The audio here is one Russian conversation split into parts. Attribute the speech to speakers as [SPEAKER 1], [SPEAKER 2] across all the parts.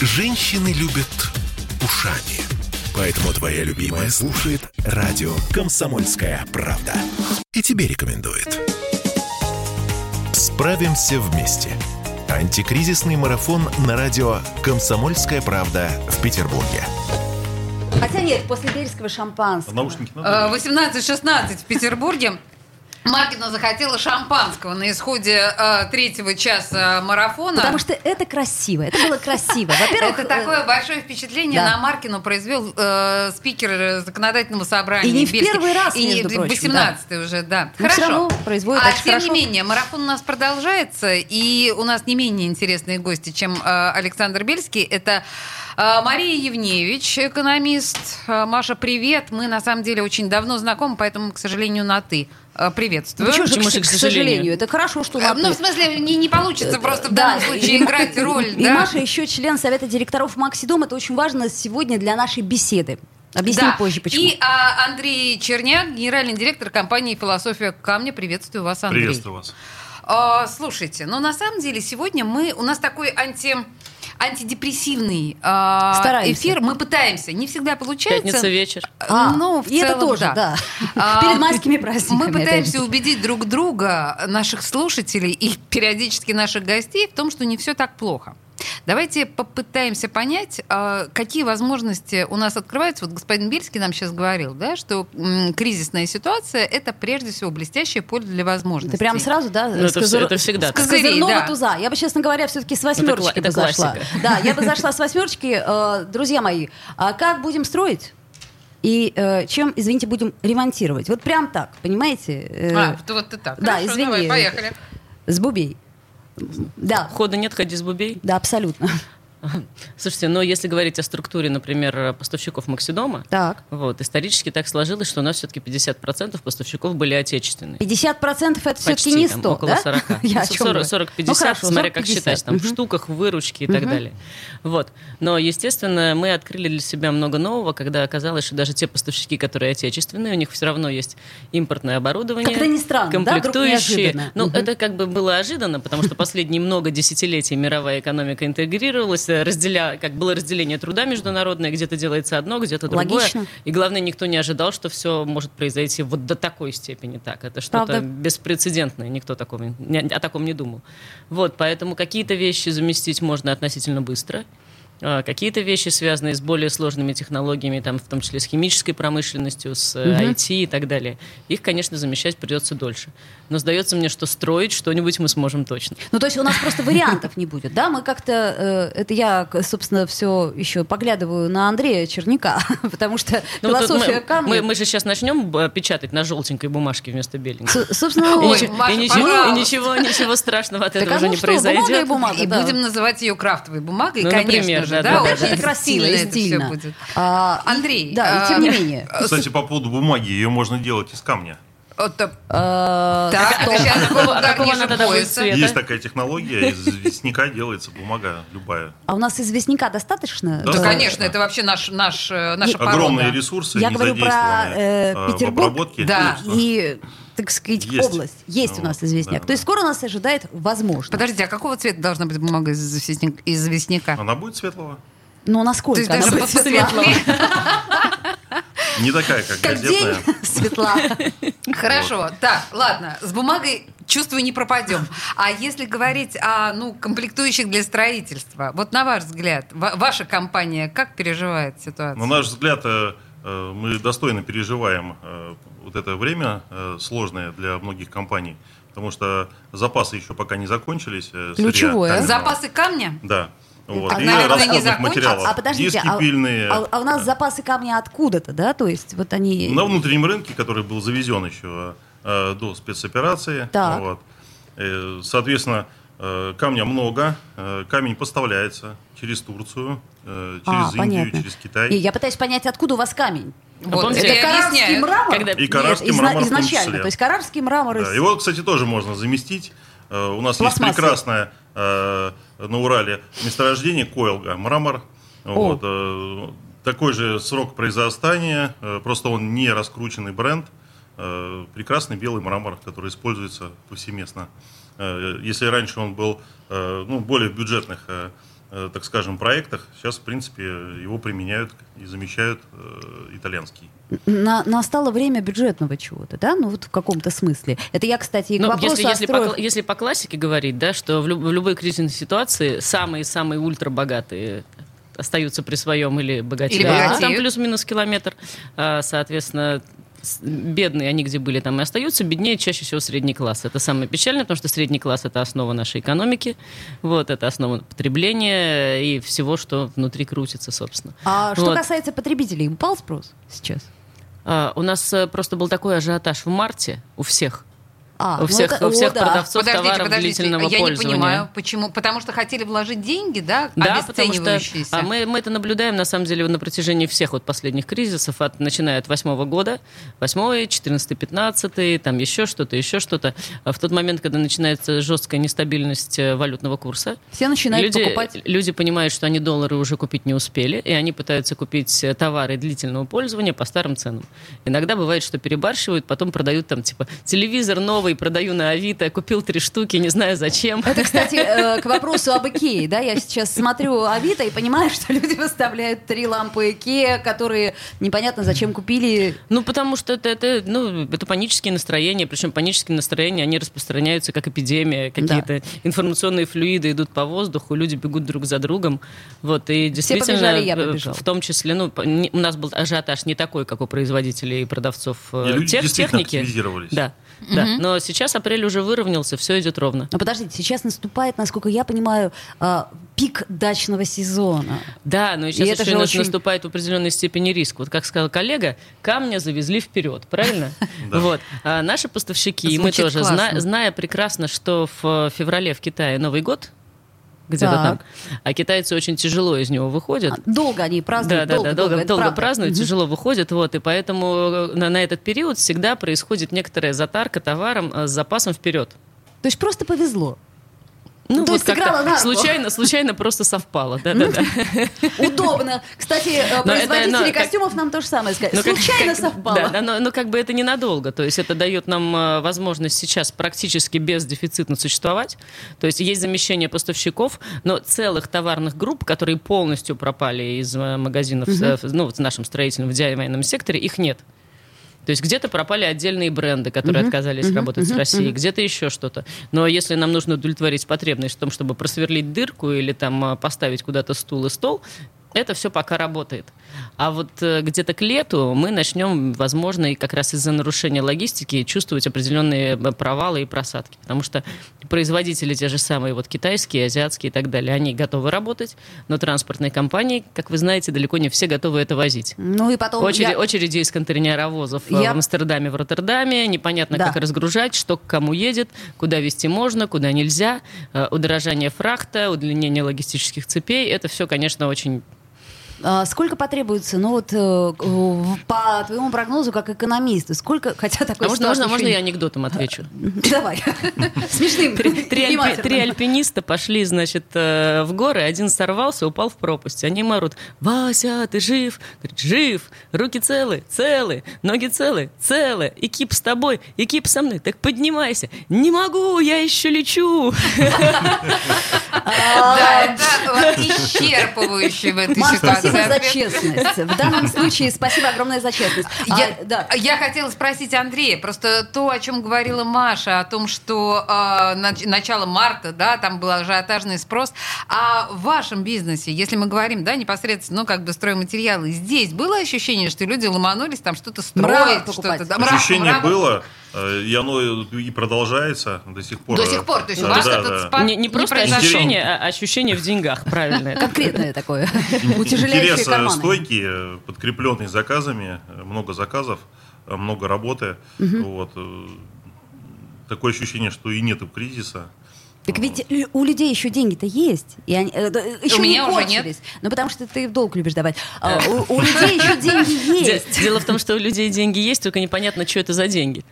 [SPEAKER 1] Женщины любят ушами. Поэтому твоя любимая слушает радио «Комсомольская правда». И тебе рекомендует. Справимся вместе. Антикризисный марафон на радио «Комсомольская правда» в Петербурге.
[SPEAKER 2] Хотя нет, после бельского шампанского.
[SPEAKER 3] Наушники
[SPEAKER 1] Ну,
[SPEAKER 3] надо?
[SPEAKER 4] Э, 18-16 в Петербурге. Маркина захотела шампанского на исходе э, третьего часа марафона.
[SPEAKER 2] Потому что это красиво. Это было красиво. Во-первых,
[SPEAKER 4] Это
[SPEAKER 2] э,
[SPEAKER 4] такое большое впечатление
[SPEAKER 2] да.
[SPEAKER 4] на Маркину произвел э, спикер законодательного собрания.
[SPEAKER 2] И не в
[SPEAKER 4] Бельский.
[SPEAKER 2] первый раз,
[SPEAKER 4] И не-
[SPEAKER 2] между прочим,
[SPEAKER 4] 18-й уже, да.
[SPEAKER 2] Ну,
[SPEAKER 4] хорошо.
[SPEAKER 2] всё равно производит
[SPEAKER 4] а
[SPEAKER 2] очень
[SPEAKER 4] тем
[SPEAKER 2] хорошо.
[SPEAKER 4] не менее, марафон у нас продолжается, и у нас не менее интересные гости, чем э, Александр Бельский. Это э, Мария Евневич, экономист. Э, Маша, привет. Мы, на самом деле, очень давно знакомы, поэтому, к сожалению, на «ты». Э,
[SPEAKER 2] ну,
[SPEAKER 4] Приветствую.
[SPEAKER 2] почему же,
[SPEAKER 5] Почему
[SPEAKER 2] к,
[SPEAKER 5] же,
[SPEAKER 2] к
[SPEAKER 5] к
[SPEAKER 2] сожалению?
[SPEAKER 5] сожалению?
[SPEAKER 2] Это хорошо, что
[SPEAKER 4] Э,
[SPEAKER 2] на
[SPEAKER 4] Ну,
[SPEAKER 2] «ты». Э,
[SPEAKER 4] в смысле, не, не получится просто в
[SPEAKER 2] Да,
[SPEAKER 4] данном случае
[SPEAKER 2] и-
[SPEAKER 4] играть роль.
[SPEAKER 2] И
[SPEAKER 4] да.
[SPEAKER 2] Маша еще член Совета директоров Максидом. Это очень важно сегодня для нашей беседы. Объясню
[SPEAKER 4] Да.
[SPEAKER 2] позже, почему.
[SPEAKER 4] И а, Андрей Черняк, генеральный директор компании «Философия камня». Приветствую вас, Андрей.
[SPEAKER 3] Приветствую вас.
[SPEAKER 4] А, слушайте, но на самом деле сегодня мы... У нас такой анти антидепрессивный а,
[SPEAKER 2] Стараемся.
[SPEAKER 4] эфир. Мы пытаемся. Не всегда получается.
[SPEAKER 5] Пятница вечер.
[SPEAKER 2] А,
[SPEAKER 4] ну, в
[SPEAKER 2] и это
[SPEAKER 4] целом,
[SPEAKER 2] тоже, да.
[SPEAKER 4] А,
[SPEAKER 2] Перед майскими праздниками.
[SPEAKER 4] Мы пытаемся
[SPEAKER 2] опять же.
[SPEAKER 4] убедить друг друга, наших слушателей и периодически наших гостей в том, что не все так плохо. Давайте попытаемся понять, а, какие возможности у нас открываются. Вот господин Бельский нам сейчас говорил, да, что м, кризисная ситуация – это прежде всего блестящая поле для
[SPEAKER 2] Ты
[SPEAKER 4] возможностей.
[SPEAKER 2] прям сразу, да?
[SPEAKER 5] Ну,
[SPEAKER 2] с
[SPEAKER 5] это, всё-
[SPEAKER 2] козыр-
[SPEAKER 5] это всегда.
[SPEAKER 2] С
[SPEAKER 5] так.
[SPEAKER 4] Козырей,
[SPEAKER 2] козырного
[SPEAKER 4] да.
[SPEAKER 2] туза. Я бы, честно говоря, все-таки с восьмерочки
[SPEAKER 5] Это
[SPEAKER 2] бы
[SPEAKER 5] кла- это
[SPEAKER 2] зашла.
[SPEAKER 5] классика.
[SPEAKER 2] Да, я бы зашла с восьмерочки. Э, Друзья мои, а как будем строить? И э, чем, извините, будем ремонтировать? Вот прям так, понимаете? Э,
[SPEAKER 4] А, вот- вот ты так.
[SPEAKER 2] да,
[SPEAKER 4] Хорошо,
[SPEAKER 2] извини.
[SPEAKER 4] давай, поехали.
[SPEAKER 2] С бубей. Да,
[SPEAKER 5] Хода нет, ходи с бубей.
[SPEAKER 2] да, абсолютно.
[SPEAKER 5] Слушайте, но если говорить о структуре, например, поставщиков Максидома,
[SPEAKER 2] Так.
[SPEAKER 5] вот, исторически так сложилось, что у нас все-таки 50% поставщиков были отечественные.
[SPEAKER 2] 50% это все-таки
[SPEAKER 5] Почти,
[SPEAKER 2] не
[SPEAKER 5] там,
[SPEAKER 2] 100,
[SPEAKER 5] около
[SPEAKER 2] да?
[SPEAKER 5] 40.
[SPEAKER 2] Я о чем
[SPEAKER 5] 40,
[SPEAKER 2] говорю?
[SPEAKER 5] 40
[SPEAKER 2] Ну
[SPEAKER 5] 50
[SPEAKER 2] хорошо,
[SPEAKER 5] смотря как
[SPEAKER 2] 40-50.
[SPEAKER 5] считать, там, в
[SPEAKER 2] Мгм.
[SPEAKER 5] штуках, в выручке и так
[SPEAKER 2] Мгм.
[SPEAKER 5] далее. Вот. Но, естественно, мы открыли для себя много нового, когда оказалось, что даже те поставщики, которые отечественные, у них все равно есть импортное оборудование.
[SPEAKER 2] Как-то не странно, да, вдруг
[SPEAKER 5] комплектующие.
[SPEAKER 2] неожиданно.
[SPEAKER 5] ну,
[SPEAKER 2] Мгм.
[SPEAKER 5] это как бы было ожиданно, потому что последние много десятилетий мировая экономика интегрировалась, э, разделя... как было разделение труда международное, где-то делается одно, где-то другое.
[SPEAKER 2] Логично.
[SPEAKER 5] И главное, никто не ожидал, что все может произойти вот до такой степени так. Это что-то
[SPEAKER 2] Правда.
[SPEAKER 5] беспрецедентное, никто такого, не- о таком не думал. Вот, поэтому какие-то вещи заместить можно относительно быстро. А, Какие-то вещи, связанные с более сложными технологиями, там, в том числе с химической промышленностью, с э,
[SPEAKER 2] Мгм.
[SPEAKER 5] IT и так далее, их, конечно, замещать придется дольше. Но сдается мне, что строить что-нибудь мы сможем точно.
[SPEAKER 2] Ну, то есть у нас просто вариантов не будет, да? Мы как-то... э, это я, к- собственно, все еще поглядываю на Андрея Черняка, потому что
[SPEAKER 5] Ну, вот тут
[SPEAKER 2] философия
[SPEAKER 5] мы,
[SPEAKER 2] камня...
[SPEAKER 5] мы, мы же сейчас начнем э, печатать на желтенькой бумажке вместо беленькой.
[SPEAKER 2] С- Собственно,
[SPEAKER 5] И
[SPEAKER 4] Ой,
[SPEAKER 5] ничего-
[SPEAKER 4] Маша,
[SPEAKER 5] и ничего, и
[SPEAKER 4] пожалуйста.
[SPEAKER 5] ничего, ничего страшного от
[SPEAKER 2] Так
[SPEAKER 5] этого
[SPEAKER 2] а
[SPEAKER 5] уже
[SPEAKER 2] ну
[SPEAKER 5] не
[SPEAKER 2] что, бумага и
[SPEAKER 5] произойдет.
[SPEAKER 2] бумага,
[SPEAKER 4] И
[SPEAKER 2] да.
[SPEAKER 4] будем называть ее крафтовой бумагой,
[SPEAKER 5] Ну,
[SPEAKER 4] конечно
[SPEAKER 5] например,
[SPEAKER 4] же, да,
[SPEAKER 5] да, да, да.
[SPEAKER 2] Опять же,
[SPEAKER 4] очень
[SPEAKER 2] это красиво
[SPEAKER 4] стильно
[SPEAKER 2] и
[SPEAKER 4] это все
[SPEAKER 2] стильно.
[SPEAKER 4] будет.
[SPEAKER 2] А, и-
[SPEAKER 4] Андрей,
[SPEAKER 2] Да, и
[SPEAKER 4] а,
[SPEAKER 2] тем не менее.
[SPEAKER 3] Кстати, по поводу бумаги, ее можно делать из камня.
[SPEAKER 4] Вот, э,
[SPEAKER 2] э,
[SPEAKER 4] Так,
[SPEAKER 2] стоп.
[SPEAKER 4] сейчас
[SPEAKER 5] а какого
[SPEAKER 4] ниже
[SPEAKER 5] надо будет
[SPEAKER 4] пояса.
[SPEAKER 5] цвета?
[SPEAKER 3] Есть такая технология, из известняка делается бумага любая.
[SPEAKER 2] А у нас известняка достаточно?
[SPEAKER 3] Да,
[SPEAKER 4] Да,
[SPEAKER 2] Э,
[SPEAKER 4] конечно, это вообще наш, наш, э, наша
[SPEAKER 3] Огромные
[SPEAKER 4] порода.
[SPEAKER 3] ресурсы,
[SPEAKER 2] Я
[SPEAKER 3] не
[SPEAKER 2] говорю про,
[SPEAKER 3] задействованные,
[SPEAKER 2] э,
[SPEAKER 3] э, в
[SPEAKER 2] Петербург.
[SPEAKER 3] обработке.
[SPEAKER 4] Да.
[SPEAKER 3] Ну, что-
[SPEAKER 2] И, так сказать,
[SPEAKER 3] Есть.
[SPEAKER 2] область. Есть у
[SPEAKER 3] Ну,
[SPEAKER 2] нас известняк.
[SPEAKER 3] да,
[SPEAKER 2] То есть
[SPEAKER 3] да.
[SPEAKER 2] скоро нас ожидает, возможно.
[SPEAKER 4] Подождите, а какого цвета должна быть бумага из известня- из известняка?
[SPEAKER 3] Она будет светлого?
[SPEAKER 2] Но насколько она
[SPEAKER 4] даже
[SPEAKER 2] будет
[SPEAKER 4] после
[SPEAKER 2] светла?
[SPEAKER 4] светлого.
[SPEAKER 3] Не такая, как
[SPEAKER 2] Как день
[SPEAKER 3] газетная.
[SPEAKER 2] светла.
[SPEAKER 4] Хорошо, так, ладно, с бумагой чувствую не пропадем. А если говорить о ну, комплектующих для строительства, вот на ваш взгляд, ва- ваша компания как переживает
[SPEAKER 3] На
[SPEAKER 4] ситуацию?
[SPEAKER 3] наш взгляд, э, э, мы достойно переживаем э, вот это время э, сложное для многих компаний, потому что запасы еще пока не закончились. э, сырья
[SPEAKER 2] Ключевое.
[SPEAKER 3] каменного.
[SPEAKER 4] Запасы камня?
[SPEAKER 3] Да. Вот.
[SPEAKER 2] А,
[SPEAKER 3] и
[SPEAKER 4] наверное, не
[SPEAKER 3] расходных
[SPEAKER 4] закончатся.
[SPEAKER 3] материалов.
[SPEAKER 2] А подождите,
[SPEAKER 3] Диски
[SPEAKER 2] а,
[SPEAKER 3] пильные.
[SPEAKER 2] а- а у нас запасы камня откуда-то, да? То есть вот они...
[SPEAKER 3] На внутреннем рынке, который был завезен еще э, до спецоперации.
[SPEAKER 2] Так.
[SPEAKER 3] вот. Э, Соответственно, э, камня много. э, Камень поставляется через Турцию, э, через
[SPEAKER 2] А,
[SPEAKER 3] Индию,
[SPEAKER 2] понятно.
[SPEAKER 3] через Китай.
[SPEAKER 2] И я пытаюсь понять, откуда у вас камень.
[SPEAKER 4] Вот,
[SPEAKER 5] помните,
[SPEAKER 4] это
[SPEAKER 5] я
[SPEAKER 2] карабский
[SPEAKER 4] объясняет.
[SPEAKER 2] мрамор?
[SPEAKER 5] Когда-
[SPEAKER 3] И карабский
[SPEAKER 2] Нет, изна-
[SPEAKER 3] мрамор в том
[SPEAKER 2] изначально.
[SPEAKER 3] числе.
[SPEAKER 2] То есть карабский мрамор из...
[SPEAKER 3] Да, его, кстати, тоже можно заместить. Э, У нас есть
[SPEAKER 2] Пластмассой.
[SPEAKER 3] прекрасное э, на Урале месторождение Койлга, мрамор. Вот, э, такой же срок произрастания, э, просто он не раскрученный бренд. Э, прекрасный белый мрамор, который используется повсеместно. Э, если раньше он был э, ну, более в бюджетных э, э, так скажем, проектах сейчас, в принципе, его применяют и замещают э, итальянский.
[SPEAKER 2] На- настало время бюджетного чего-то, да? Ну вот в каком-то смысле. Это я, кстати, и к
[SPEAKER 5] Ну,
[SPEAKER 2] вопросу
[SPEAKER 5] если,
[SPEAKER 2] о
[SPEAKER 5] если, по,
[SPEAKER 2] стройке.
[SPEAKER 5] кла- если по классике говорить, да, что в, люб- в любой кризисной ситуации самые-самые ультрабогатые остаются при своем или богатеют,
[SPEAKER 4] Или
[SPEAKER 5] ну,
[SPEAKER 4] богатеют.
[SPEAKER 5] там плюс-минус километр, а, соответственно, с- бедные они где были, там и остаются, беднее чаще всего средний класс. Это самое печальное, потому что средний класс – это основа нашей экономики, вот, это основа потребления и всего, что внутри крутится, собственно.
[SPEAKER 2] А что
[SPEAKER 5] Вот.
[SPEAKER 2] касается потребителей, упал спрос сейчас?
[SPEAKER 5] А, у нас э, просто был такой ажиотаж в марте у всех,
[SPEAKER 2] А,
[SPEAKER 5] у
[SPEAKER 2] ну
[SPEAKER 5] всех,
[SPEAKER 2] это-
[SPEAKER 5] у всех
[SPEAKER 2] о, да.
[SPEAKER 5] продавцов
[SPEAKER 4] Подождите,
[SPEAKER 5] товаров
[SPEAKER 4] подождите,
[SPEAKER 5] длительного
[SPEAKER 4] я не
[SPEAKER 5] пользования.
[SPEAKER 4] понимаю, почему? Потому что хотели вложить деньги, да,
[SPEAKER 5] Да, потому что
[SPEAKER 4] обесценивающиеся.
[SPEAKER 5] а мы, мы это наблюдаем, на самом деле, на протяжении всех вот последних кризисов, от, начиная от восьмого года, 8, 14, 15, там еще что-то, еще что-то. А В тот момент, когда начинается жесткая нестабильность э, валютного курса,
[SPEAKER 2] Все начинают
[SPEAKER 5] люди,
[SPEAKER 2] покупать.
[SPEAKER 5] люди понимают, что они доллары уже купить не успели, и они пытаются купить э, товары длительного пользования по старым ценам. Иногда бывает, что перебарщивают, потом продают там, типа, телевизор новый, продаю на Авито, купил три штуки, не знаю зачем.
[SPEAKER 2] Это, кстати, э, к вопросу об Икее, да, я сейчас смотрю Авито и понимаю, что люди выставляют три лампы Икея, которые непонятно зачем купили.
[SPEAKER 5] Ну, потому что это, это, ну, это панические настроения, причем панические настроения, они распространяются как эпидемия, какие-то информационные флюиды идут по воздуху, люди бегут друг за другом, вот, и действительно,
[SPEAKER 2] побежали, я
[SPEAKER 5] э,
[SPEAKER 2] побежала.
[SPEAKER 5] в том числе, ну, по- не- у нас был ажиотаж не такой, как у производителей и продавцов
[SPEAKER 3] И
[SPEAKER 5] э,
[SPEAKER 3] люди
[SPEAKER 5] тех-
[SPEAKER 3] действительно
[SPEAKER 5] техники.
[SPEAKER 3] активизировались.
[SPEAKER 5] Да, да, но сейчас апрель уже выровнялся, все идет ровно.
[SPEAKER 2] Но подождите, сейчас наступает, насколько я понимаю, э, пик дачного сезона.
[SPEAKER 5] Да, но и сейчас
[SPEAKER 2] И это
[SPEAKER 5] еще
[SPEAKER 2] же
[SPEAKER 5] нас-
[SPEAKER 2] очень-
[SPEAKER 5] наступает в определенной степени риск. Вот как сказал коллега, камня завезли вперед, правильно? Вот. А наши поставщики, и мы
[SPEAKER 4] Звучит
[SPEAKER 5] тоже, зна-
[SPEAKER 4] классно.
[SPEAKER 5] зная прекрасно, что в э, феврале в Китае Новый год, где-то там,
[SPEAKER 2] Так.
[SPEAKER 5] а китайцы очень тяжело из него выходят.
[SPEAKER 2] А, Долго они празднуют,
[SPEAKER 5] Да,
[SPEAKER 2] долго,
[SPEAKER 5] да, да, долго,
[SPEAKER 2] это
[SPEAKER 5] долго
[SPEAKER 2] правда.
[SPEAKER 5] празднуют,
[SPEAKER 2] Мгм.
[SPEAKER 5] тяжело выходят, вот, и поэтому э, на, на этот период всегда происходит некоторая затарка товаром э, с запасом вперед.
[SPEAKER 2] То есть просто повезло.
[SPEAKER 5] Ну,
[SPEAKER 2] То
[SPEAKER 5] вот
[SPEAKER 2] есть сыграла на
[SPEAKER 5] как-то
[SPEAKER 2] руку. Ну,
[SPEAKER 5] случайно, случайно просто совпало, да-да-да.
[SPEAKER 2] Удобно. Кстати, э,
[SPEAKER 5] Но это,
[SPEAKER 2] производители
[SPEAKER 5] но как-
[SPEAKER 2] костюмов нам то же самое сказали.
[SPEAKER 5] Ну, как-
[SPEAKER 2] Случайно
[SPEAKER 5] как-
[SPEAKER 2] совпало.
[SPEAKER 5] Да, да, но, но как бы это ненадолго. То есть это дает нам э, возможность сейчас практически бездефицитно существовать. То есть есть замещение поставщиков, но целых товарных групп, которые полностью пропали из э, магазинов, э, в- ну, вот в нашем строительном, в деревянном секторе, их нет. То есть где-то пропали отдельные бренды, которые отказались работать с Россией, где-то еще что-то. Но если нам нужно удовлетворить потребность в том, чтобы просверлить дырку или там а, поставить куда-то стул и стол, это все пока работает. А вот э, где-то к лету мы начнем, возможно, и как раз из-за нарушения логистики чувствовать определенные э, провалы и просадки. Потому что производители те же самые, вот китайские, азиатские и так далее, они готовы работать, но транспортные компании, как вы знаете, далеко не все готовы это возить.
[SPEAKER 2] Ну и потом...
[SPEAKER 5] Очереди,
[SPEAKER 2] я-
[SPEAKER 5] очереди из контейнеровозов э,
[SPEAKER 2] Я-
[SPEAKER 5] в Амстердаме, в Роттердаме. Непонятно,
[SPEAKER 2] Да.
[SPEAKER 5] как разгружать, что к кому едет, куда везти можно, куда нельзя. Э, Удорожание фрахта, удлинение логистических цепей. Это все, конечно, очень...
[SPEAKER 2] А Сколько потребуется, ну вот э, к- в- по твоему прогнозу как экономисту, сколько, хотя такой
[SPEAKER 5] А можно, можно,
[SPEAKER 2] ситуации
[SPEAKER 5] можно я
[SPEAKER 2] еще
[SPEAKER 5] анекдотом отвечу?
[SPEAKER 2] не- Давай. Смешным.
[SPEAKER 5] Три, альпи-
[SPEAKER 2] внимательным.
[SPEAKER 5] три альпиниста пошли, значит, э, в горы. Один сорвался, упал в пропасть. Они марут. Вася, ты жив? Говорит, жив. Руки целы, целы. Ноги целы, целы. Экип с тобой, экип со мной. Так поднимайся. Не могу, я еще лечу.
[SPEAKER 2] А,
[SPEAKER 4] Да, это вот исчерпывающий в этой
[SPEAKER 2] Маш,
[SPEAKER 4] ситуации.
[SPEAKER 2] спасибо за
[SPEAKER 4] ответ.
[SPEAKER 2] честность. В данном случае спасибо огромное за честность. А,
[SPEAKER 4] Я,
[SPEAKER 2] да.
[SPEAKER 4] я хотела спросить Андрея, просто то, о чем говорила Маша, о том, что э, нач- начало марта, да, там был ажиотажный спрос. А в вашем бизнесе, если мы говорим, да, непосредственно, ну, как бы стройматериалы, здесь было ощущение, что люди ломанулись, там что-то
[SPEAKER 2] Мрамор
[SPEAKER 4] строят,
[SPEAKER 2] покупать.
[SPEAKER 4] что-то... да, мрамор,
[SPEAKER 3] Ощущение
[SPEAKER 4] мрамор.
[SPEAKER 3] было, э, и оно и продолжается до сих пор.
[SPEAKER 4] До сих пор, то есть
[SPEAKER 3] Да,
[SPEAKER 4] ваш
[SPEAKER 3] да,
[SPEAKER 4] этот
[SPEAKER 3] да.
[SPEAKER 4] спад
[SPEAKER 5] Не, не просто
[SPEAKER 4] произошел.
[SPEAKER 5] ощущение, а ощущение в деньгах, правильно.
[SPEAKER 2] Конкретное такое.
[SPEAKER 3] Интерес
[SPEAKER 2] Утяжеляющие
[SPEAKER 3] э,
[SPEAKER 2] карманы.
[SPEAKER 3] стойкий, э, подкрепленный заказами, э, много заказов, э, много работы. Вот. э, Такое ощущение, что и нету кризиса.
[SPEAKER 2] Так ведь лю- у людей еще деньги-то есть. И они, э, да, еще
[SPEAKER 4] меня
[SPEAKER 2] не
[SPEAKER 4] уже
[SPEAKER 2] кончились. Ну, потому что ты в долг любишь давать. А, у, у людей еще деньги
[SPEAKER 5] Э. Де-
[SPEAKER 2] есть.
[SPEAKER 5] Дело в том, что у людей деньги есть, только непонятно, что это за деньги.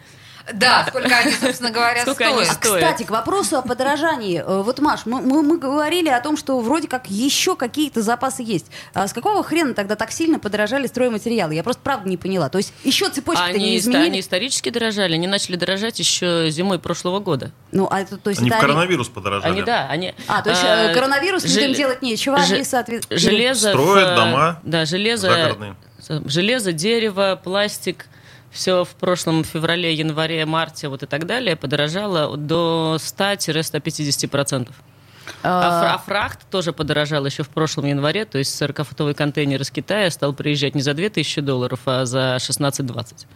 [SPEAKER 4] Да, сколько они, собственно говоря,
[SPEAKER 5] Сколько они
[SPEAKER 4] стоят.
[SPEAKER 2] А, кстати, к вопросу о подорожании. Э, Вот, Маш, мы, мы- мы говорили о том, что вроде как еще какие-то запасы есть. А с какого хрена тогда так сильно подорожали стройматериалы? Я просто правда не поняла. То есть еще цепочки-то
[SPEAKER 5] Они,
[SPEAKER 2] не
[SPEAKER 5] ист-
[SPEAKER 2] изменили?
[SPEAKER 5] они исторически дорожали, они начали дорожать еще зимой прошлого года.
[SPEAKER 2] Ну, а это, то есть
[SPEAKER 3] Они в
[SPEAKER 2] это
[SPEAKER 3] коронавирус подорожали.
[SPEAKER 5] Они, да, они...
[SPEAKER 2] А, то есть
[SPEAKER 5] э,
[SPEAKER 2] э, коронавирус,
[SPEAKER 5] жел-
[SPEAKER 2] людям делать нечего,
[SPEAKER 5] же-
[SPEAKER 2] они, соответственно...
[SPEAKER 5] Железо...
[SPEAKER 3] Строят
[SPEAKER 5] в-
[SPEAKER 3] дома
[SPEAKER 5] Да, железо...
[SPEAKER 3] загородные.
[SPEAKER 5] Железо, дерево, пластик, все в прошлом феврале, январе, марте вот и так далее подорожало до 100-150%. А, фра- а фрахт тоже подорожал еще в прошлом январе, то есть 40-футовый контейнер из Китая стал приезжать не за 2000 долларов, а за 16-20.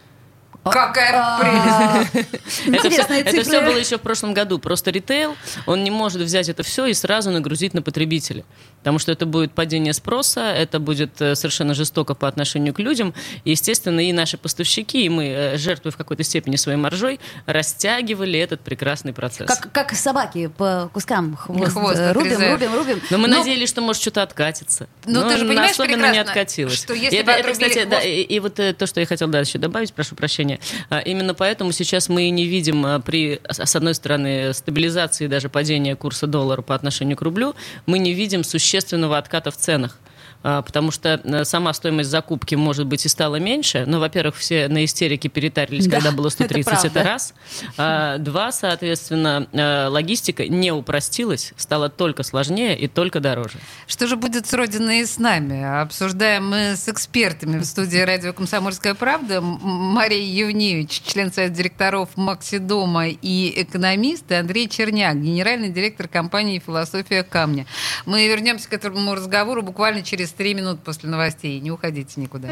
[SPEAKER 2] А,
[SPEAKER 4] Какая прелесть.
[SPEAKER 5] Это все,
[SPEAKER 2] Интересные
[SPEAKER 5] это все
[SPEAKER 2] цифры.
[SPEAKER 5] было еще в прошлом году. Просто ритейл, он не может взять это все и сразу нагрузить на потребителя. Потому что это будет падение спроса, это будет э, совершенно жестоко по отношению к людям. И, естественно, и наши поставщики, и мы, э, жертвуя в какой-то степени своей маржой, растягивали этот прекрасный процесс.
[SPEAKER 2] Как, как собаки по кускам хвост,
[SPEAKER 4] Хвост
[SPEAKER 2] э, рубим,
[SPEAKER 4] отрезают.
[SPEAKER 2] рубим, рубим. Ну,
[SPEAKER 5] Но Ну, мы надеялись, что, может, что-то откатится.
[SPEAKER 4] Ну,
[SPEAKER 5] Но
[SPEAKER 4] ты же понимаешь
[SPEAKER 5] особенно не
[SPEAKER 4] прекрасно,
[SPEAKER 5] откатилось.
[SPEAKER 4] что если
[SPEAKER 5] И
[SPEAKER 4] бы
[SPEAKER 5] это- это,
[SPEAKER 4] отрубили
[SPEAKER 5] кстати, да,
[SPEAKER 4] хвост-
[SPEAKER 5] и, и вот э, то, что я хотела да, еще добавить, прошу прощения. А, Именно поэтому сейчас мы и не видим а, при, с с одной стороны, стабилизации и даже падения курса доллара по отношению к рублю, мы не видим существенного отката в ценах. А, Потому что э, сама стоимость закупки, может быть, и стала меньше. Но, во-первых, все на истерике перетарились,
[SPEAKER 2] Да,
[SPEAKER 5] когда было
[SPEAKER 2] это
[SPEAKER 5] 130, это
[SPEAKER 2] правда.
[SPEAKER 5] раз. А, Два, соответственно, э, логистика не упростилась, стала только сложнее и только дороже.
[SPEAKER 4] Что же будет с Родиной и с нами? Обсуждаем мы с экспертами в студии радио «Комсомольская правда». М- Мария Евневич, член Совета директоров «Максидома» и экономист, и Андрей Черняк, генеральный директор компании «Философия камня». Мы вернемся к этому разговору буквально через три минуты после новостей. Не уходите никуда.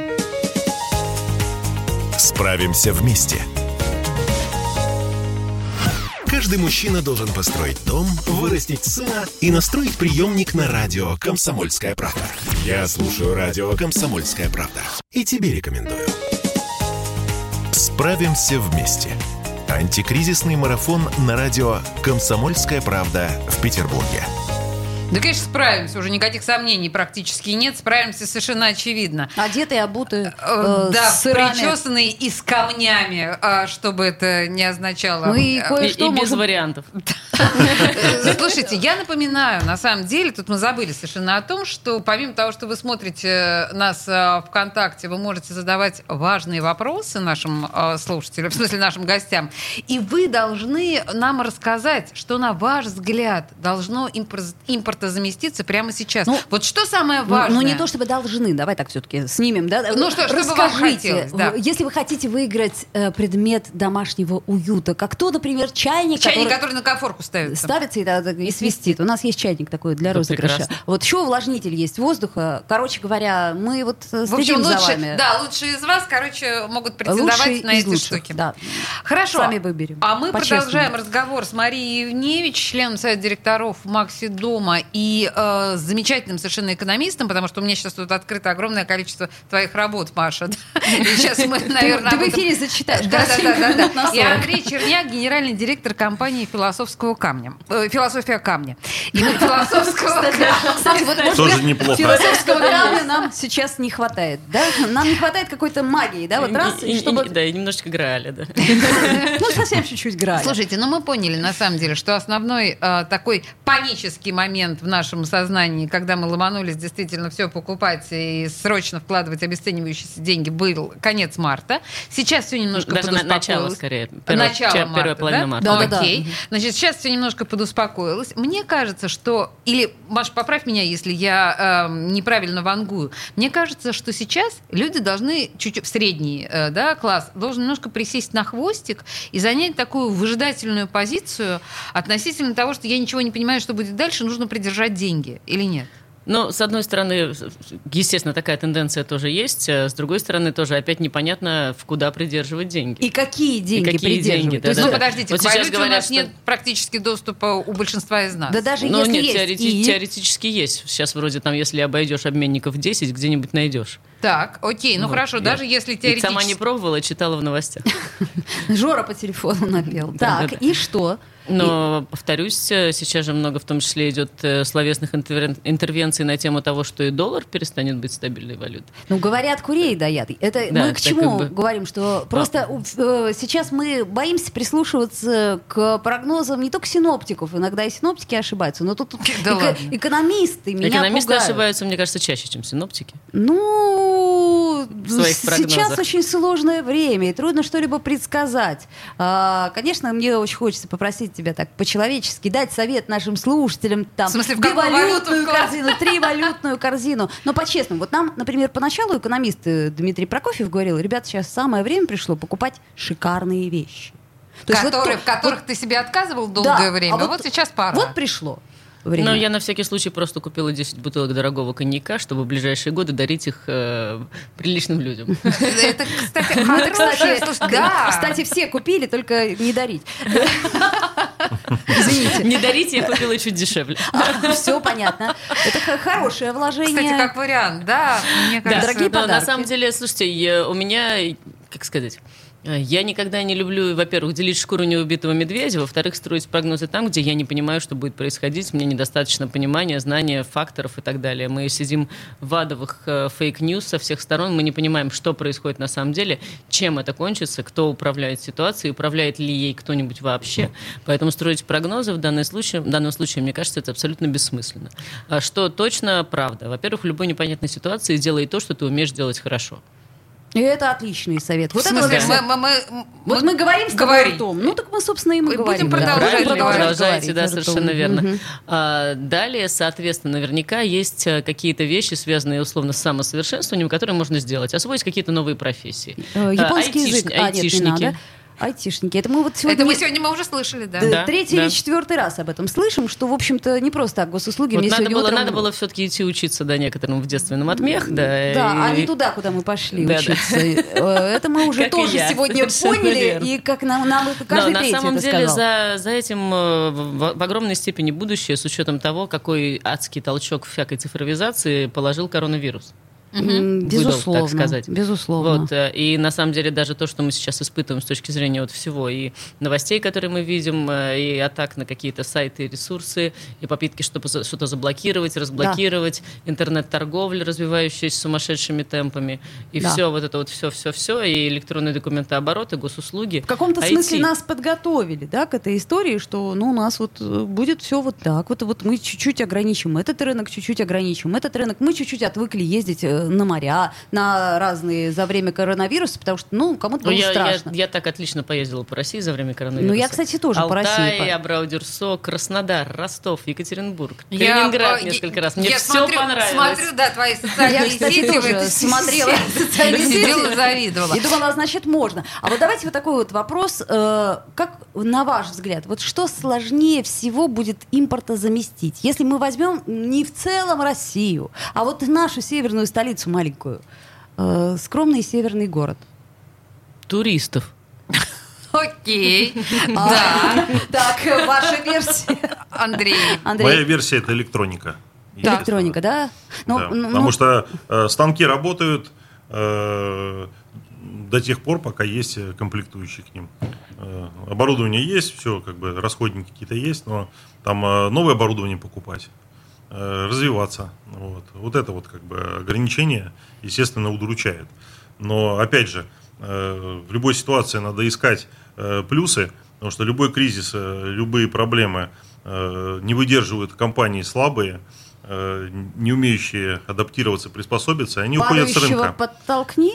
[SPEAKER 1] Справимся вместе. Каждый мужчина должен построить дом, вырастить сына и настроить приемник на радио «Комсомольская правда». Я слушаю радио «Комсомольская правда» и тебе рекомендую. Справимся вместе. Антикризисный марафон на радио «Комсомольская правда» в Петербурге.
[SPEAKER 4] Да, конечно, справимся. Уже никаких сомнений практически нет. Справимся совершенно очевидно.
[SPEAKER 2] Одетые, обутые,
[SPEAKER 4] Э,
[SPEAKER 2] э,
[SPEAKER 4] да,
[SPEAKER 2] с сырами.
[SPEAKER 4] причесанные и с камнями, а, что бы это ни означало.
[SPEAKER 2] Ну и
[SPEAKER 4] Э,
[SPEAKER 5] И,
[SPEAKER 2] кое-что
[SPEAKER 5] и без
[SPEAKER 2] можем-
[SPEAKER 5] вариантов.
[SPEAKER 4] Э, Слушайте, я напоминаю, на самом деле, тут мы забыли совершенно о том, что помимо того, что вы смотрите нас э, ВКонтакте, вы можете задавать важные вопросы нашим э, слушателям, в смысле нашим гостям, и вы должны нам рассказать, что, на ваш взгляд, должно импор- импортозаместиться прямо сейчас.
[SPEAKER 2] Ну,
[SPEAKER 4] вот что самое
[SPEAKER 2] Ну,
[SPEAKER 4] важное?
[SPEAKER 2] Ну, не то чтобы должны, давай так все-таки снимем, да?
[SPEAKER 4] Ну, что- чтобы вам
[SPEAKER 2] Расскажите,
[SPEAKER 4] хотелось, да.
[SPEAKER 2] в- если вы хотите выиграть э, предмет домашнего уюта, как то, например, чайник,
[SPEAKER 4] Чайник,
[SPEAKER 2] который
[SPEAKER 4] который на конфорку ставится.
[SPEAKER 2] ставится и, тогда так и свистит. У нас есть чайник такой для
[SPEAKER 5] Это
[SPEAKER 2] розыгрыша.
[SPEAKER 5] прекрасно.
[SPEAKER 2] Вот еще увлажнитель есть воздуха. Короче говоря, мы вот э,
[SPEAKER 4] В общем,
[SPEAKER 2] следим за
[SPEAKER 4] лучше,
[SPEAKER 2] вами.
[SPEAKER 4] да, лучшие из вас, короче, могут претендовать
[SPEAKER 2] Лучшие
[SPEAKER 4] на
[SPEAKER 2] из
[SPEAKER 4] эти
[SPEAKER 2] лучших,
[SPEAKER 4] штуки.
[SPEAKER 2] да.
[SPEAKER 4] Хорошо.
[SPEAKER 2] Сами выберем.
[SPEAKER 4] А мы
[SPEAKER 2] По-честному.
[SPEAKER 4] продолжаем разговор с Марией Евневич, членом Совета директоров Макси Дома и э, замечательным совершенно экономистом, потому что у меня сейчас тут открыто огромное количество твоих работ, Маша. да. И сейчас мы, наверное,
[SPEAKER 2] ты
[SPEAKER 4] об
[SPEAKER 2] в
[SPEAKER 4] этом-
[SPEAKER 2] эфире зачитаешь.
[SPEAKER 4] да, да, да, да,
[SPEAKER 2] минут
[SPEAKER 4] да.
[SPEAKER 2] на
[SPEAKER 4] И
[SPEAKER 2] 40.
[SPEAKER 4] Андрей Черняк, генеральный директор компании «Философского камня». Э, «Философия камня». И мы «Философского камня».
[SPEAKER 2] Кстати, вот, может,
[SPEAKER 3] Тоже
[SPEAKER 2] я-
[SPEAKER 3] неплохо.
[SPEAKER 2] Философского камня нам сейчас не хватает, да? Нам не хватает какой-то магии, да? Вот раз,
[SPEAKER 5] И- и-
[SPEAKER 2] и чтобы...
[SPEAKER 5] и- да, и немножечко грали, да.
[SPEAKER 2] Ну, совсем чуть-чуть грали.
[SPEAKER 4] Слушайте, ну мы поняли на самом деле, что основной э, такой панический момент в нашем сознании, когда мы ломанулись действительно все покупать и срочно вкладывать обесценивающиеся деньги, был конец марта. Сейчас все немножко
[SPEAKER 5] Даже на-
[SPEAKER 4] подуспокоилось.
[SPEAKER 5] начало, скорее. Первое-
[SPEAKER 4] начало
[SPEAKER 5] че-
[SPEAKER 4] марта,
[SPEAKER 5] первая половина
[SPEAKER 4] да?
[SPEAKER 5] марта.
[SPEAKER 2] Да, да, да.
[SPEAKER 4] Окей. Значит, сейчас все немножко подуспокоилось. Мне кажется, что... Или, Маш, поправь меня, если я эм, неправильно вангую. Мне кажется, что сейчас люди должны чуть-чуть... Средний э, да, класс должен немножко присесть на хвостик и занять такую выжидательную позицию относительно того, что я ничего не понимаю, что будет дальше, нужно придержать деньги или нет.
[SPEAKER 5] Ну, с одной стороны, естественно, такая тенденция тоже есть. а С другой стороны, тоже опять непонятно, в куда придерживать деньги.
[SPEAKER 2] И какие деньги
[SPEAKER 5] какие
[SPEAKER 2] придерживать?
[SPEAKER 5] деньги,
[SPEAKER 2] То есть
[SPEAKER 5] Да,
[SPEAKER 4] ну,
[SPEAKER 5] да.
[SPEAKER 4] подождите,
[SPEAKER 5] Вот
[SPEAKER 4] к
[SPEAKER 5] сейчас
[SPEAKER 4] валюте у
[SPEAKER 5] говорят,
[SPEAKER 4] нас
[SPEAKER 5] что-
[SPEAKER 4] нет практически доступа у большинства из нас.
[SPEAKER 2] Да даже
[SPEAKER 5] Ну,
[SPEAKER 2] если
[SPEAKER 5] нет,
[SPEAKER 2] есть
[SPEAKER 5] теорети-
[SPEAKER 2] и-
[SPEAKER 5] теоретически есть. Сейчас вроде там, если обойдешь обменников 10, где-нибудь найдешь.
[SPEAKER 4] Так, окей, ну,
[SPEAKER 5] Вот,
[SPEAKER 4] хорошо,
[SPEAKER 5] я-
[SPEAKER 4] даже если
[SPEAKER 5] И а
[SPEAKER 4] теоретически...
[SPEAKER 5] сама не пробовала, читала в новостях.
[SPEAKER 2] Жора по телефону напел.
[SPEAKER 5] Да,
[SPEAKER 2] Так,
[SPEAKER 5] да, да.
[SPEAKER 2] и что?
[SPEAKER 5] Но, повторюсь, э, сейчас же много в том числе идет э, словесных интервен- интервенций на тему того, что и доллар перестанет быть стабильной валютой.
[SPEAKER 2] Ну, говорят, курей доят. Это
[SPEAKER 5] Да,
[SPEAKER 2] мы к
[SPEAKER 5] так
[SPEAKER 2] чему
[SPEAKER 5] как бы- А.
[SPEAKER 2] говорим, что просто у- в- э, сейчас мы боимся прислушиваться к прогнозам не только синоптиков, иногда и синоптики ошибаются, но тут
[SPEAKER 4] Да
[SPEAKER 2] эко-
[SPEAKER 4] ладно.
[SPEAKER 2] экономисты меня
[SPEAKER 5] Экономисты
[SPEAKER 2] пугают.
[SPEAKER 5] ошибаются, мне кажется, чаще, чем синоптики.
[SPEAKER 2] Ну,
[SPEAKER 5] своих
[SPEAKER 2] сейчас
[SPEAKER 5] прогнозах.
[SPEAKER 2] очень сложное время, и трудно что-либо предсказать. А, конечно, мне очень хочется попросить тебя так по-человечески дать совет нашим слушателям. Там,
[SPEAKER 4] В смысле, в какую валюту
[SPEAKER 2] валютную
[SPEAKER 4] вкладывать?
[SPEAKER 2] корзину, три валютную корзину. Но по-честному, вот нам, например, поначалу экономист э, Дмитрий Прокофьев говорил, ребята, сейчас самое время пришло покупать шикарные вещи. То есть вот
[SPEAKER 4] Которые-
[SPEAKER 2] то-
[SPEAKER 4] в которых ты себе отказывал
[SPEAKER 2] вот-
[SPEAKER 4] долгое
[SPEAKER 2] да, а
[SPEAKER 4] время. А вот сейчас пора.
[SPEAKER 2] Вот пришло время.
[SPEAKER 5] Но я на всякий случай просто купила 10 бутылок дорогого коньяка, чтобы в ближайшие годы дарить их э, приличным людям.
[SPEAKER 4] Это, А, кстати,
[SPEAKER 2] Ну, это,
[SPEAKER 4] хорошая,
[SPEAKER 2] кстати,
[SPEAKER 4] слушай, да.
[SPEAKER 2] кстати, все купили, только не дарить. Извините.
[SPEAKER 5] Не дарите, я купила чуть дешевле.
[SPEAKER 2] Все понятно. Это х- хорошее вложение.
[SPEAKER 4] Кстати, как вариант, да, мне кажется.
[SPEAKER 2] дорогие
[SPEAKER 5] но
[SPEAKER 2] подарки.
[SPEAKER 5] на самом деле, слушайте, я- у меня, как сказать, э, я никогда не люблю, во-первых, делить шкуру неубитого медведя, во-вторых, строить прогнозы там, где я не понимаю, что будет происходить, мне недостаточно понимания, знания факторов и так далее. Мы сидим в адовых э, фейк-ньюс со всех сторон, мы не понимаем, что происходит на самом деле, чем это кончится, кто управляет ситуацией, управляет ли ей кто-нибудь вообще. Поэтому строить прогнозы в, данный случае, в данном случае, мне кажется, это абсолютно бессмысленно. А Что точно правда? Во-первых, в любой непонятной ситуации делай то, что ты умеешь делать хорошо.
[SPEAKER 2] И это отличный совет. Вот
[SPEAKER 4] в
[SPEAKER 2] это
[SPEAKER 4] смысле,
[SPEAKER 2] вот-
[SPEAKER 5] да.
[SPEAKER 4] мы, мы- мы-
[SPEAKER 2] вот мы говорим с тобой
[SPEAKER 4] говорим.
[SPEAKER 2] о том. Ну так мы, собственно, и мы
[SPEAKER 4] И
[SPEAKER 2] говорим.
[SPEAKER 4] будем продолжать
[SPEAKER 2] Будем
[SPEAKER 5] Правильно
[SPEAKER 4] говорить.
[SPEAKER 5] продолжаете, да,
[SPEAKER 2] говорить о
[SPEAKER 5] совершенно
[SPEAKER 2] том.
[SPEAKER 5] верно.
[SPEAKER 2] Мгм.
[SPEAKER 5] А, далее, соответственно, наверняка есть э, какие-то вещи, связанные условно с самосовершенствованием, которые можно сделать. Освоить какие-то новые профессии.
[SPEAKER 2] Э, Японский
[SPEAKER 5] А,
[SPEAKER 2] язык.
[SPEAKER 5] айтишни-
[SPEAKER 2] А, нет, не
[SPEAKER 5] айтишники.
[SPEAKER 2] надо. Айтишники. Это мы вот
[SPEAKER 4] Это
[SPEAKER 2] сегодня...
[SPEAKER 4] мы сегодня мы уже слышали, да.
[SPEAKER 2] э,
[SPEAKER 5] Да,
[SPEAKER 2] Третий
[SPEAKER 5] да.
[SPEAKER 2] или четвертый раз об этом слышим, что, в общем-то, не просто о госуслуге.
[SPEAKER 5] Вот
[SPEAKER 2] Мне
[SPEAKER 5] надо
[SPEAKER 2] сегодня
[SPEAKER 5] было,
[SPEAKER 2] утром-
[SPEAKER 5] надо было все-таки идти учиться, да, некоторым в детстве на матмех, да.
[SPEAKER 2] Да, а
[SPEAKER 5] и-
[SPEAKER 2] не туда, куда мы пошли
[SPEAKER 5] Да, да.
[SPEAKER 2] учиться. Э, Это мы уже
[SPEAKER 5] Как и
[SPEAKER 2] тоже
[SPEAKER 5] я,
[SPEAKER 2] сегодня
[SPEAKER 5] совершенно
[SPEAKER 2] поняли,
[SPEAKER 5] верно.
[SPEAKER 2] и как нам, нам это каждый
[SPEAKER 5] Но на
[SPEAKER 2] третий
[SPEAKER 5] самом
[SPEAKER 2] это
[SPEAKER 5] деле
[SPEAKER 2] сказал.
[SPEAKER 5] за, за этим э, в, в огромной степени будущее с учетом того, какой адский толчок всякой цифровизации положил коронавирус.
[SPEAKER 2] М,
[SPEAKER 5] Выдал,
[SPEAKER 2] Безусловно.
[SPEAKER 5] так сказать.
[SPEAKER 2] Безусловно.
[SPEAKER 5] Вот, э, и на самом деле даже то, что мы сейчас испытываем с точки зрения вот всего и новостей, которые мы видим, э, и атак на какие-то сайты и ресурсы, и попытки что- поза- что-то заблокировать, разблокировать, интернет-торговля, развивающаяся сумасшедшими темпами, и
[SPEAKER 2] Да.
[SPEAKER 5] все вот это вот все-все-все, и электронные документообороты, госуслуги. а
[SPEAKER 2] В каком-то смысле
[SPEAKER 5] IT.
[SPEAKER 2] нас подготовили, да, к этой истории, что, ну, у нас вот э, будет все вот так, вот, вот мы чуть-чуть ограничим этот рынок, чуть-чуть ограничим этот рынок, мы чуть-чуть отвыкли ездить э, на моря, на разные за время коронавируса, потому что, ну, кому-то
[SPEAKER 5] Ну,
[SPEAKER 2] было
[SPEAKER 5] я, я-
[SPEAKER 2] страшно.
[SPEAKER 5] я так отлично поездила по России за время
[SPEAKER 2] Ну,
[SPEAKER 5] коронавируса.
[SPEAKER 2] я, кстати, тоже по России
[SPEAKER 5] Алтай,
[SPEAKER 2] по-
[SPEAKER 5] Абрау-Дюрсо, Краснодар, Ростов, Екатеринбург,
[SPEAKER 4] Я
[SPEAKER 5] Калининград
[SPEAKER 4] по-
[SPEAKER 5] несколько
[SPEAKER 4] я-
[SPEAKER 5] раз. Мне
[SPEAKER 4] я
[SPEAKER 5] все
[SPEAKER 4] смотрю,
[SPEAKER 5] понравилось.
[SPEAKER 4] Смотрю, да, твои
[SPEAKER 2] Я,
[SPEAKER 4] социальные
[SPEAKER 2] кстати,
[SPEAKER 4] сети.
[SPEAKER 2] тоже смотрела социальные
[SPEAKER 4] Сидела,
[SPEAKER 2] сети.
[SPEAKER 4] завидовала.
[SPEAKER 2] И думала, а значит, можно. А вот давайте вот такой вот вопрос. э, Как, на ваш взгляд, вот что сложнее всего будет импорта заместить? Если мы возьмем не в целом Россию, а вот нашу северную столицу маленькую, э, скромный северный город.
[SPEAKER 5] Туристов.
[SPEAKER 4] Окей. Да,
[SPEAKER 2] А, Так, э, ваша версия,
[SPEAKER 4] Андрей.
[SPEAKER 3] Моя
[SPEAKER 2] Андрей.
[SPEAKER 3] версия это электроника. естественно.
[SPEAKER 2] Электроника, да? Ну,
[SPEAKER 3] Да,
[SPEAKER 2] ну,
[SPEAKER 3] Потому что э, станки работают э, до тех пор, пока есть э, комплектующие к ним. Э, оборудование есть, все, как бы расходники какие-то есть, но там э, новое оборудование покупать, э, развиваться. Вот. вот это вот как бы ограничение, естественно, удручает. Но опять же, э, в любой ситуации надо искать э, плюсы, потому что любой кризис, э, любые проблемы э, не выдерживают компании слабые, э, не умеющие адаптироваться, приспособиться, они уходят с
[SPEAKER 2] падающего
[SPEAKER 3] рынка.
[SPEAKER 2] подтолкни.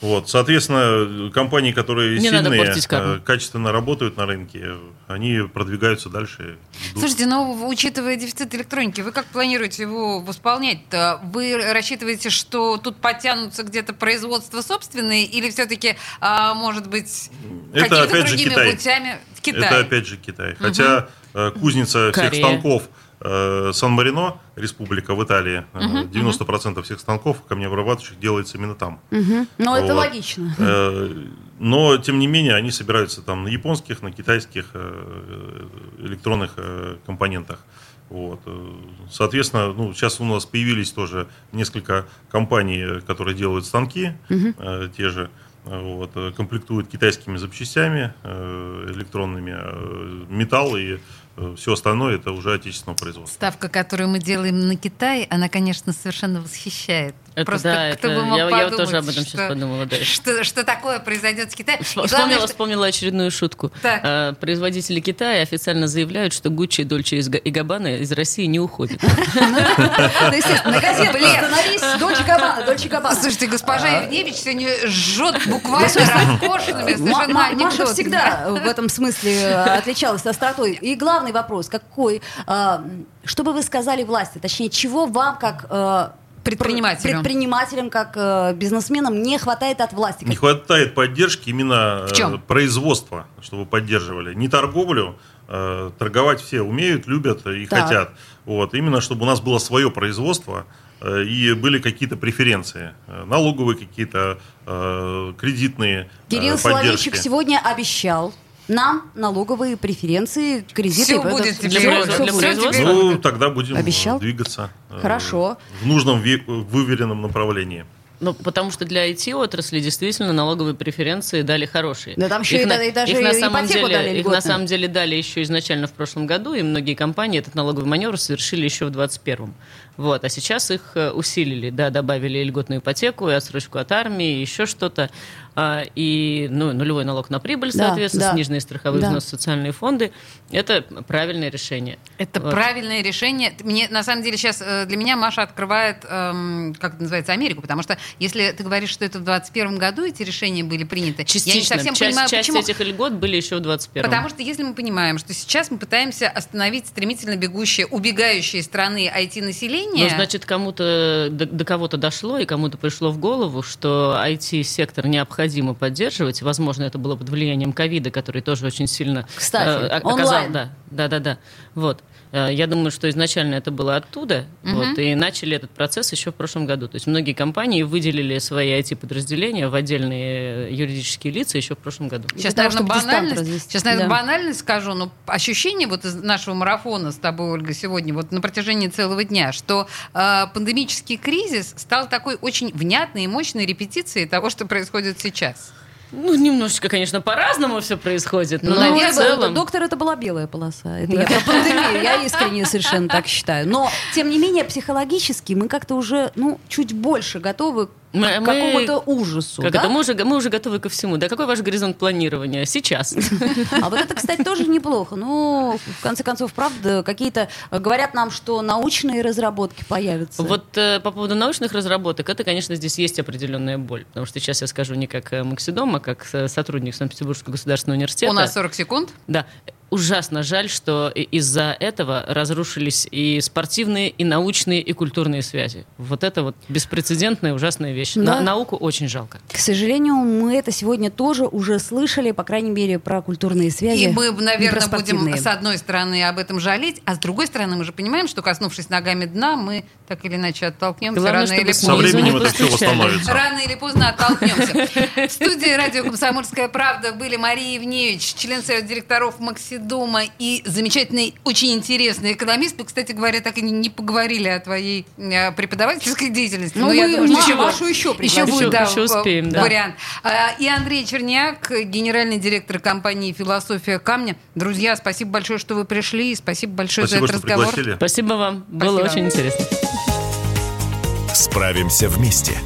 [SPEAKER 3] Вот, соответственно, э, компании, которые
[SPEAKER 5] Не надо
[SPEAKER 3] сильные,
[SPEAKER 5] портить карму.
[SPEAKER 3] э, качественно работают на рынке, э, они продвигаются дальше. идут.
[SPEAKER 4] Слушайте, ну, учитывая дефицит электроники, вы как планируете его восполнять-то? Вы рассчитываете, что тут подтянутся где-то производства собственные или все-таки, а, может быть,
[SPEAKER 3] Это
[SPEAKER 4] какими-то
[SPEAKER 3] опять же
[SPEAKER 4] другими
[SPEAKER 3] Китай.
[SPEAKER 4] путями? В Китае.
[SPEAKER 3] Это опять же Китай. Хотя э, кузница всех
[SPEAKER 5] Корея.
[SPEAKER 3] станков э, Сан-Марино, республика в Италии, э, 90% всех станков камнеобрабатывающих делается именно там.
[SPEAKER 2] Мгм. Ну, это
[SPEAKER 3] Вот.
[SPEAKER 2] логично.
[SPEAKER 3] Э, Но, тем не менее, они собираются там на японских, на китайских э, электронных э, компонентах. Вот. э, Соответственно, ну, сейчас у нас появились тоже несколько компаний, э, которые делают станки, э, те же. вот, э, комплектует китайскими запчастями э, электронными, э, металл и э, все остальное это уже отечественного производства.
[SPEAKER 4] Ставка, которую мы делаем на Китай, она, конечно, совершенно восхищает.
[SPEAKER 5] Это да,
[SPEAKER 4] кто
[SPEAKER 5] это-
[SPEAKER 4] бы мог
[SPEAKER 5] я- я
[SPEAKER 4] подумать,
[SPEAKER 5] тоже об этом сейчас
[SPEAKER 4] что-
[SPEAKER 5] подумала, да.
[SPEAKER 4] Что, что такое произойдет в Китае. И
[SPEAKER 5] Вспомнила,
[SPEAKER 4] главное, что-
[SPEAKER 5] вспомнила очередную шутку.
[SPEAKER 4] Так.
[SPEAKER 5] Э, Производители Китая официально заявляют, что Гуччи и Дольче из Га- и Габбана из России не уходят.
[SPEAKER 2] Ну, естественно, магазин, блин, становись, Дольче Габбана, Дольче Габбана.
[SPEAKER 4] Слушайте,
[SPEAKER 3] А?
[SPEAKER 4] госпожа Евневич сегодня жжет буквально раскошенными
[SPEAKER 2] Э, Ма-
[SPEAKER 4] совершенно
[SPEAKER 2] Ма- Маша
[SPEAKER 4] анекдотами.
[SPEAKER 2] всегда э, в этом смысле э, отличалась остротой. И главный вопрос, какой, э, что бы вы сказали власти, точнее, чего вам как э,
[SPEAKER 4] Предпринимателям.
[SPEAKER 2] предпринимателям, как э, бизнесменам не хватает от власти?
[SPEAKER 3] Не хватает поддержки именно
[SPEAKER 4] В
[SPEAKER 3] э,
[SPEAKER 4] чем?
[SPEAKER 3] производства, чтобы поддерживали. Не торговлю, э, торговать все умеют, любят и
[SPEAKER 2] Так.
[SPEAKER 3] хотят. Вот, именно чтобы у нас было свое производство э, и были какие-то преференции. э, Налоговые какие-то, э, кредитные э,
[SPEAKER 2] Кирилл
[SPEAKER 3] поддержки.
[SPEAKER 2] Соловейчик сегодня обещал нам налоговые преференции, кредиты.
[SPEAKER 4] Все
[SPEAKER 2] и вот
[SPEAKER 4] будет
[SPEAKER 2] это-
[SPEAKER 4] тебе,
[SPEAKER 5] Для
[SPEAKER 4] Ольга,
[SPEAKER 5] производства-
[SPEAKER 4] всё
[SPEAKER 5] для
[SPEAKER 4] тебе.
[SPEAKER 5] производства?
[SPEAKER 3] Ну, тогда будем э,
[SPEAKER 2] Обещал?
[SPEAKER 3] двигаться. э,
[SPEAKER 2] Хорошо.
[SPEAKER 3] В нужном, ве- э, выверенном направлении.
[SPEAKER 5] Ну, потому что для IT-отрасли действительно налоговые преференции дали хорошие.
[SPEAKER 2] Да там еще и
[SPEAKER 5] на-
[SPEAKER 2] да- и даже
[SPEAKER 5] их на самом
[SPEAKER 2] ипотеку
[SPEAKER 5] деле,
[SPEAKER 2] дали
[SPEAKER 5] Их
[SPEAKER 2] льготную.
[SPEAKER 5] на самом деле дали еще изначально в прошлом году, и многие компании этот налоговый маневр совершили еще в 2021. Вот, а сейчас их э, усилили, да, добавили и льготную ипотеку, и отсрочку от армии, и еще что-то. А, И ну, нулевой налог на прибыль,
[SPEAKER 2] Да,
[SPEAKER 5] соответственно,
[SPEAKER 2] да.
[SPEAKER 5] сниженные страховые
[SPEAKER 2] Да.
[SPEAKER 5] взносы, социальные фонды. Это правильное решение.
[SPEAKER 4] Это
[SPEAKER 5] Вот.
[SPEAKER 4] правильное решение. Мне на самом деле сейчас для меня Маша открывает, эм, как это называется, Америку, потому что если ты говоришь, что это в 2021 году эти решения были приняты,
[SPEAKER 5] Частично.
[SPEAKER 4] я не совсем
[SPEAKER 5] часть,
[SPEAKER 4] понимаю,
[SPEAKER 5] часть
[SPEAKER 4] почему.
[SPEAKER 5] этих льгот были еще в 2021.
[SPEAKER 4] Потому что если мы понимаем, что сейчас мы пытаемся остановить стремительно бегущее, убегающее из страны IT-население,
[SPEAKER 5] Ну, значит, кому-то до, до кого-то дошло и кому-то пришло в голову, что IT-сектор необходимо поддерживать. Возможно, это было под влиянием ковида, который тоже очень сильно э,
[SPEAKER 2] Кстати,
[SPEAKER 5] о-
[SPEAKER 2] онлайн.
[SPEAKER 5] Да, да, да, да. Вот. Э, Я думаю, что изначально это было оттуда, вот, и начали этот процесс еще в прошлом году. То есть многие компании выделили свои IT-подразделения в отдельные э, юридические лица еще в прошлом году.
[SPEAKER 4] Сейчас,
[SPEAKER 2] Для того,
[SPEAKER 4] наверное,
[SPEAKER 2] чтобы дистант
[SPEAKER 4] банальность,
[SPEAKER 2] развести,
[SPEAKER 4] сейчас, наверное,
[SPEAKER 2] да.
[SPEAKER 4] банальность скажу, но ощущение вот из нашего марафона с тобой, Ольга, сегодня, вот на протяжении целого дня, что э, пандемический кризис стал такой очень внятной и мощной репетицией того, что происходит сейчас.
[SPEAKER 5] Ну, немножечко, конечно, по-разному все происходит, но,
[SPEAKER 4] Ну,
[SPEAKER 5] наверное,
[SPEAKER 2] это
[SPEAKER 5] в
[SPEAKER 2] было-
[SPEAKER 5] целом...
[SPEAKER 2] доктор это была белая полоса. Это я про пандемию. Я искренне совершенно так считаю. Но, тем не менее, психологически мы как-то уже, ну, чуть больше готовы к
[SPEAKER 5] Мы- мы-
[SPEAKER 2] какому-то ужасу.
[SPEAKER 5] Как
[SPEAKER 2] да?
[SPEAKER 5] это? Мы уже, мы уже готовы ко всему. Да какой ваш горизонт планирования? Сейчас.
[SPEAKER 2] А вот это, кстати, тоже неплохо. Ну, в конце концов, правда, какие-то э, говорят нам, что научные разработки появятся.
[SPEAKER 5] Вот э, по поводу научных разработок, это, конечно, здесь есть определенная боль. Потому что сейчас я скажу не как э, Максидом, а как э, сотрудник Санкт-Петербургского государственного университета.
[SPEAKER 4] У нас 40 секунд.
[SPEAKER 5] Да. Ужасно жаль, что и- из-за этого разрушились и спортивные, и научные, и культурные связи. Вот это вот беспрецедентная ужасная вещь. На-
[SPEAKER 2] Да.
[SPEAKER 5] науку очень жалко.
[SPEAKER 2] К сожалению, мы это сегодня тоже уже слышали, по крайней мере, про культурные связи.
[SPEAKER 4] И мы,
[SPEAKER 2] не про
[SPEAKER 4] наверное, будем
[SPEAKER 2] спортивные.
[SPEAKER 4] с одной стороны об этом жалеть, а с другой стороны мы же понимаем, что коснувшись ногами дна, мы так или иначе оттолкнемся
[SPEAKER 5] Главное,
[SPEAKER 4] рано или
[SPEAKER 5] чтобы
[SPEAKER 3] Со
[SPEAKER 5] Внизу
[SPEAKER 4] поздно.
[SPEAKER 5] не
[SPEAKER 3] временем это все
[SPEAKER 5] постучали.
[SPEAKER 3] восстановится.
[SPEAKER 4] Рано или поздно оттолкнемся. В студии радио «Комсомольская правда» были Мария Евневич, член Совета директоров Максидома и замечательный, очень интересный экономист. Мы, кстати говоря, так и не- не поговорили о твоей э, преподавательской деятельности.
[SPEAKER 2] Ну,
[SPEAKER 4] Но я
[SPEAKER 2] мы
[SPEAKER 4] думаю,
[SPEAKER 2] Ма-
[SPEAKER 4] что
[SPEAKER 2] Машу еще
[SPEAKER 4] еще
[SPEAKER 2] пригласим.
[SPEAKER 4] будет,
[SPEAKER 5] Еще-
[SPEAKER 4] да,
[SPEAKER 5] еще
[SPEAKER 4] в-
[SPEAKER 5] успеем, да.
[SPEAKER 4] вариант. А, И Андрей Черняк, генеральный директор компании «Философия камня». Друзья, спасибо большое, что вы пришли, и спасибо большое
[SPEAKER 3] Спасибо,
[SPEAKER 4] за
[SPEAKER 3] что
[SPEAKER 4] этот разговор.
[SPEAKER 3] пригласили.
[SPEAKER 5] Спасибо вам. Было
[SPEAKER 4] Спасибо.
[SPEAKER 5] очень интересно.
[SPEAKER 1] Справимся вместе.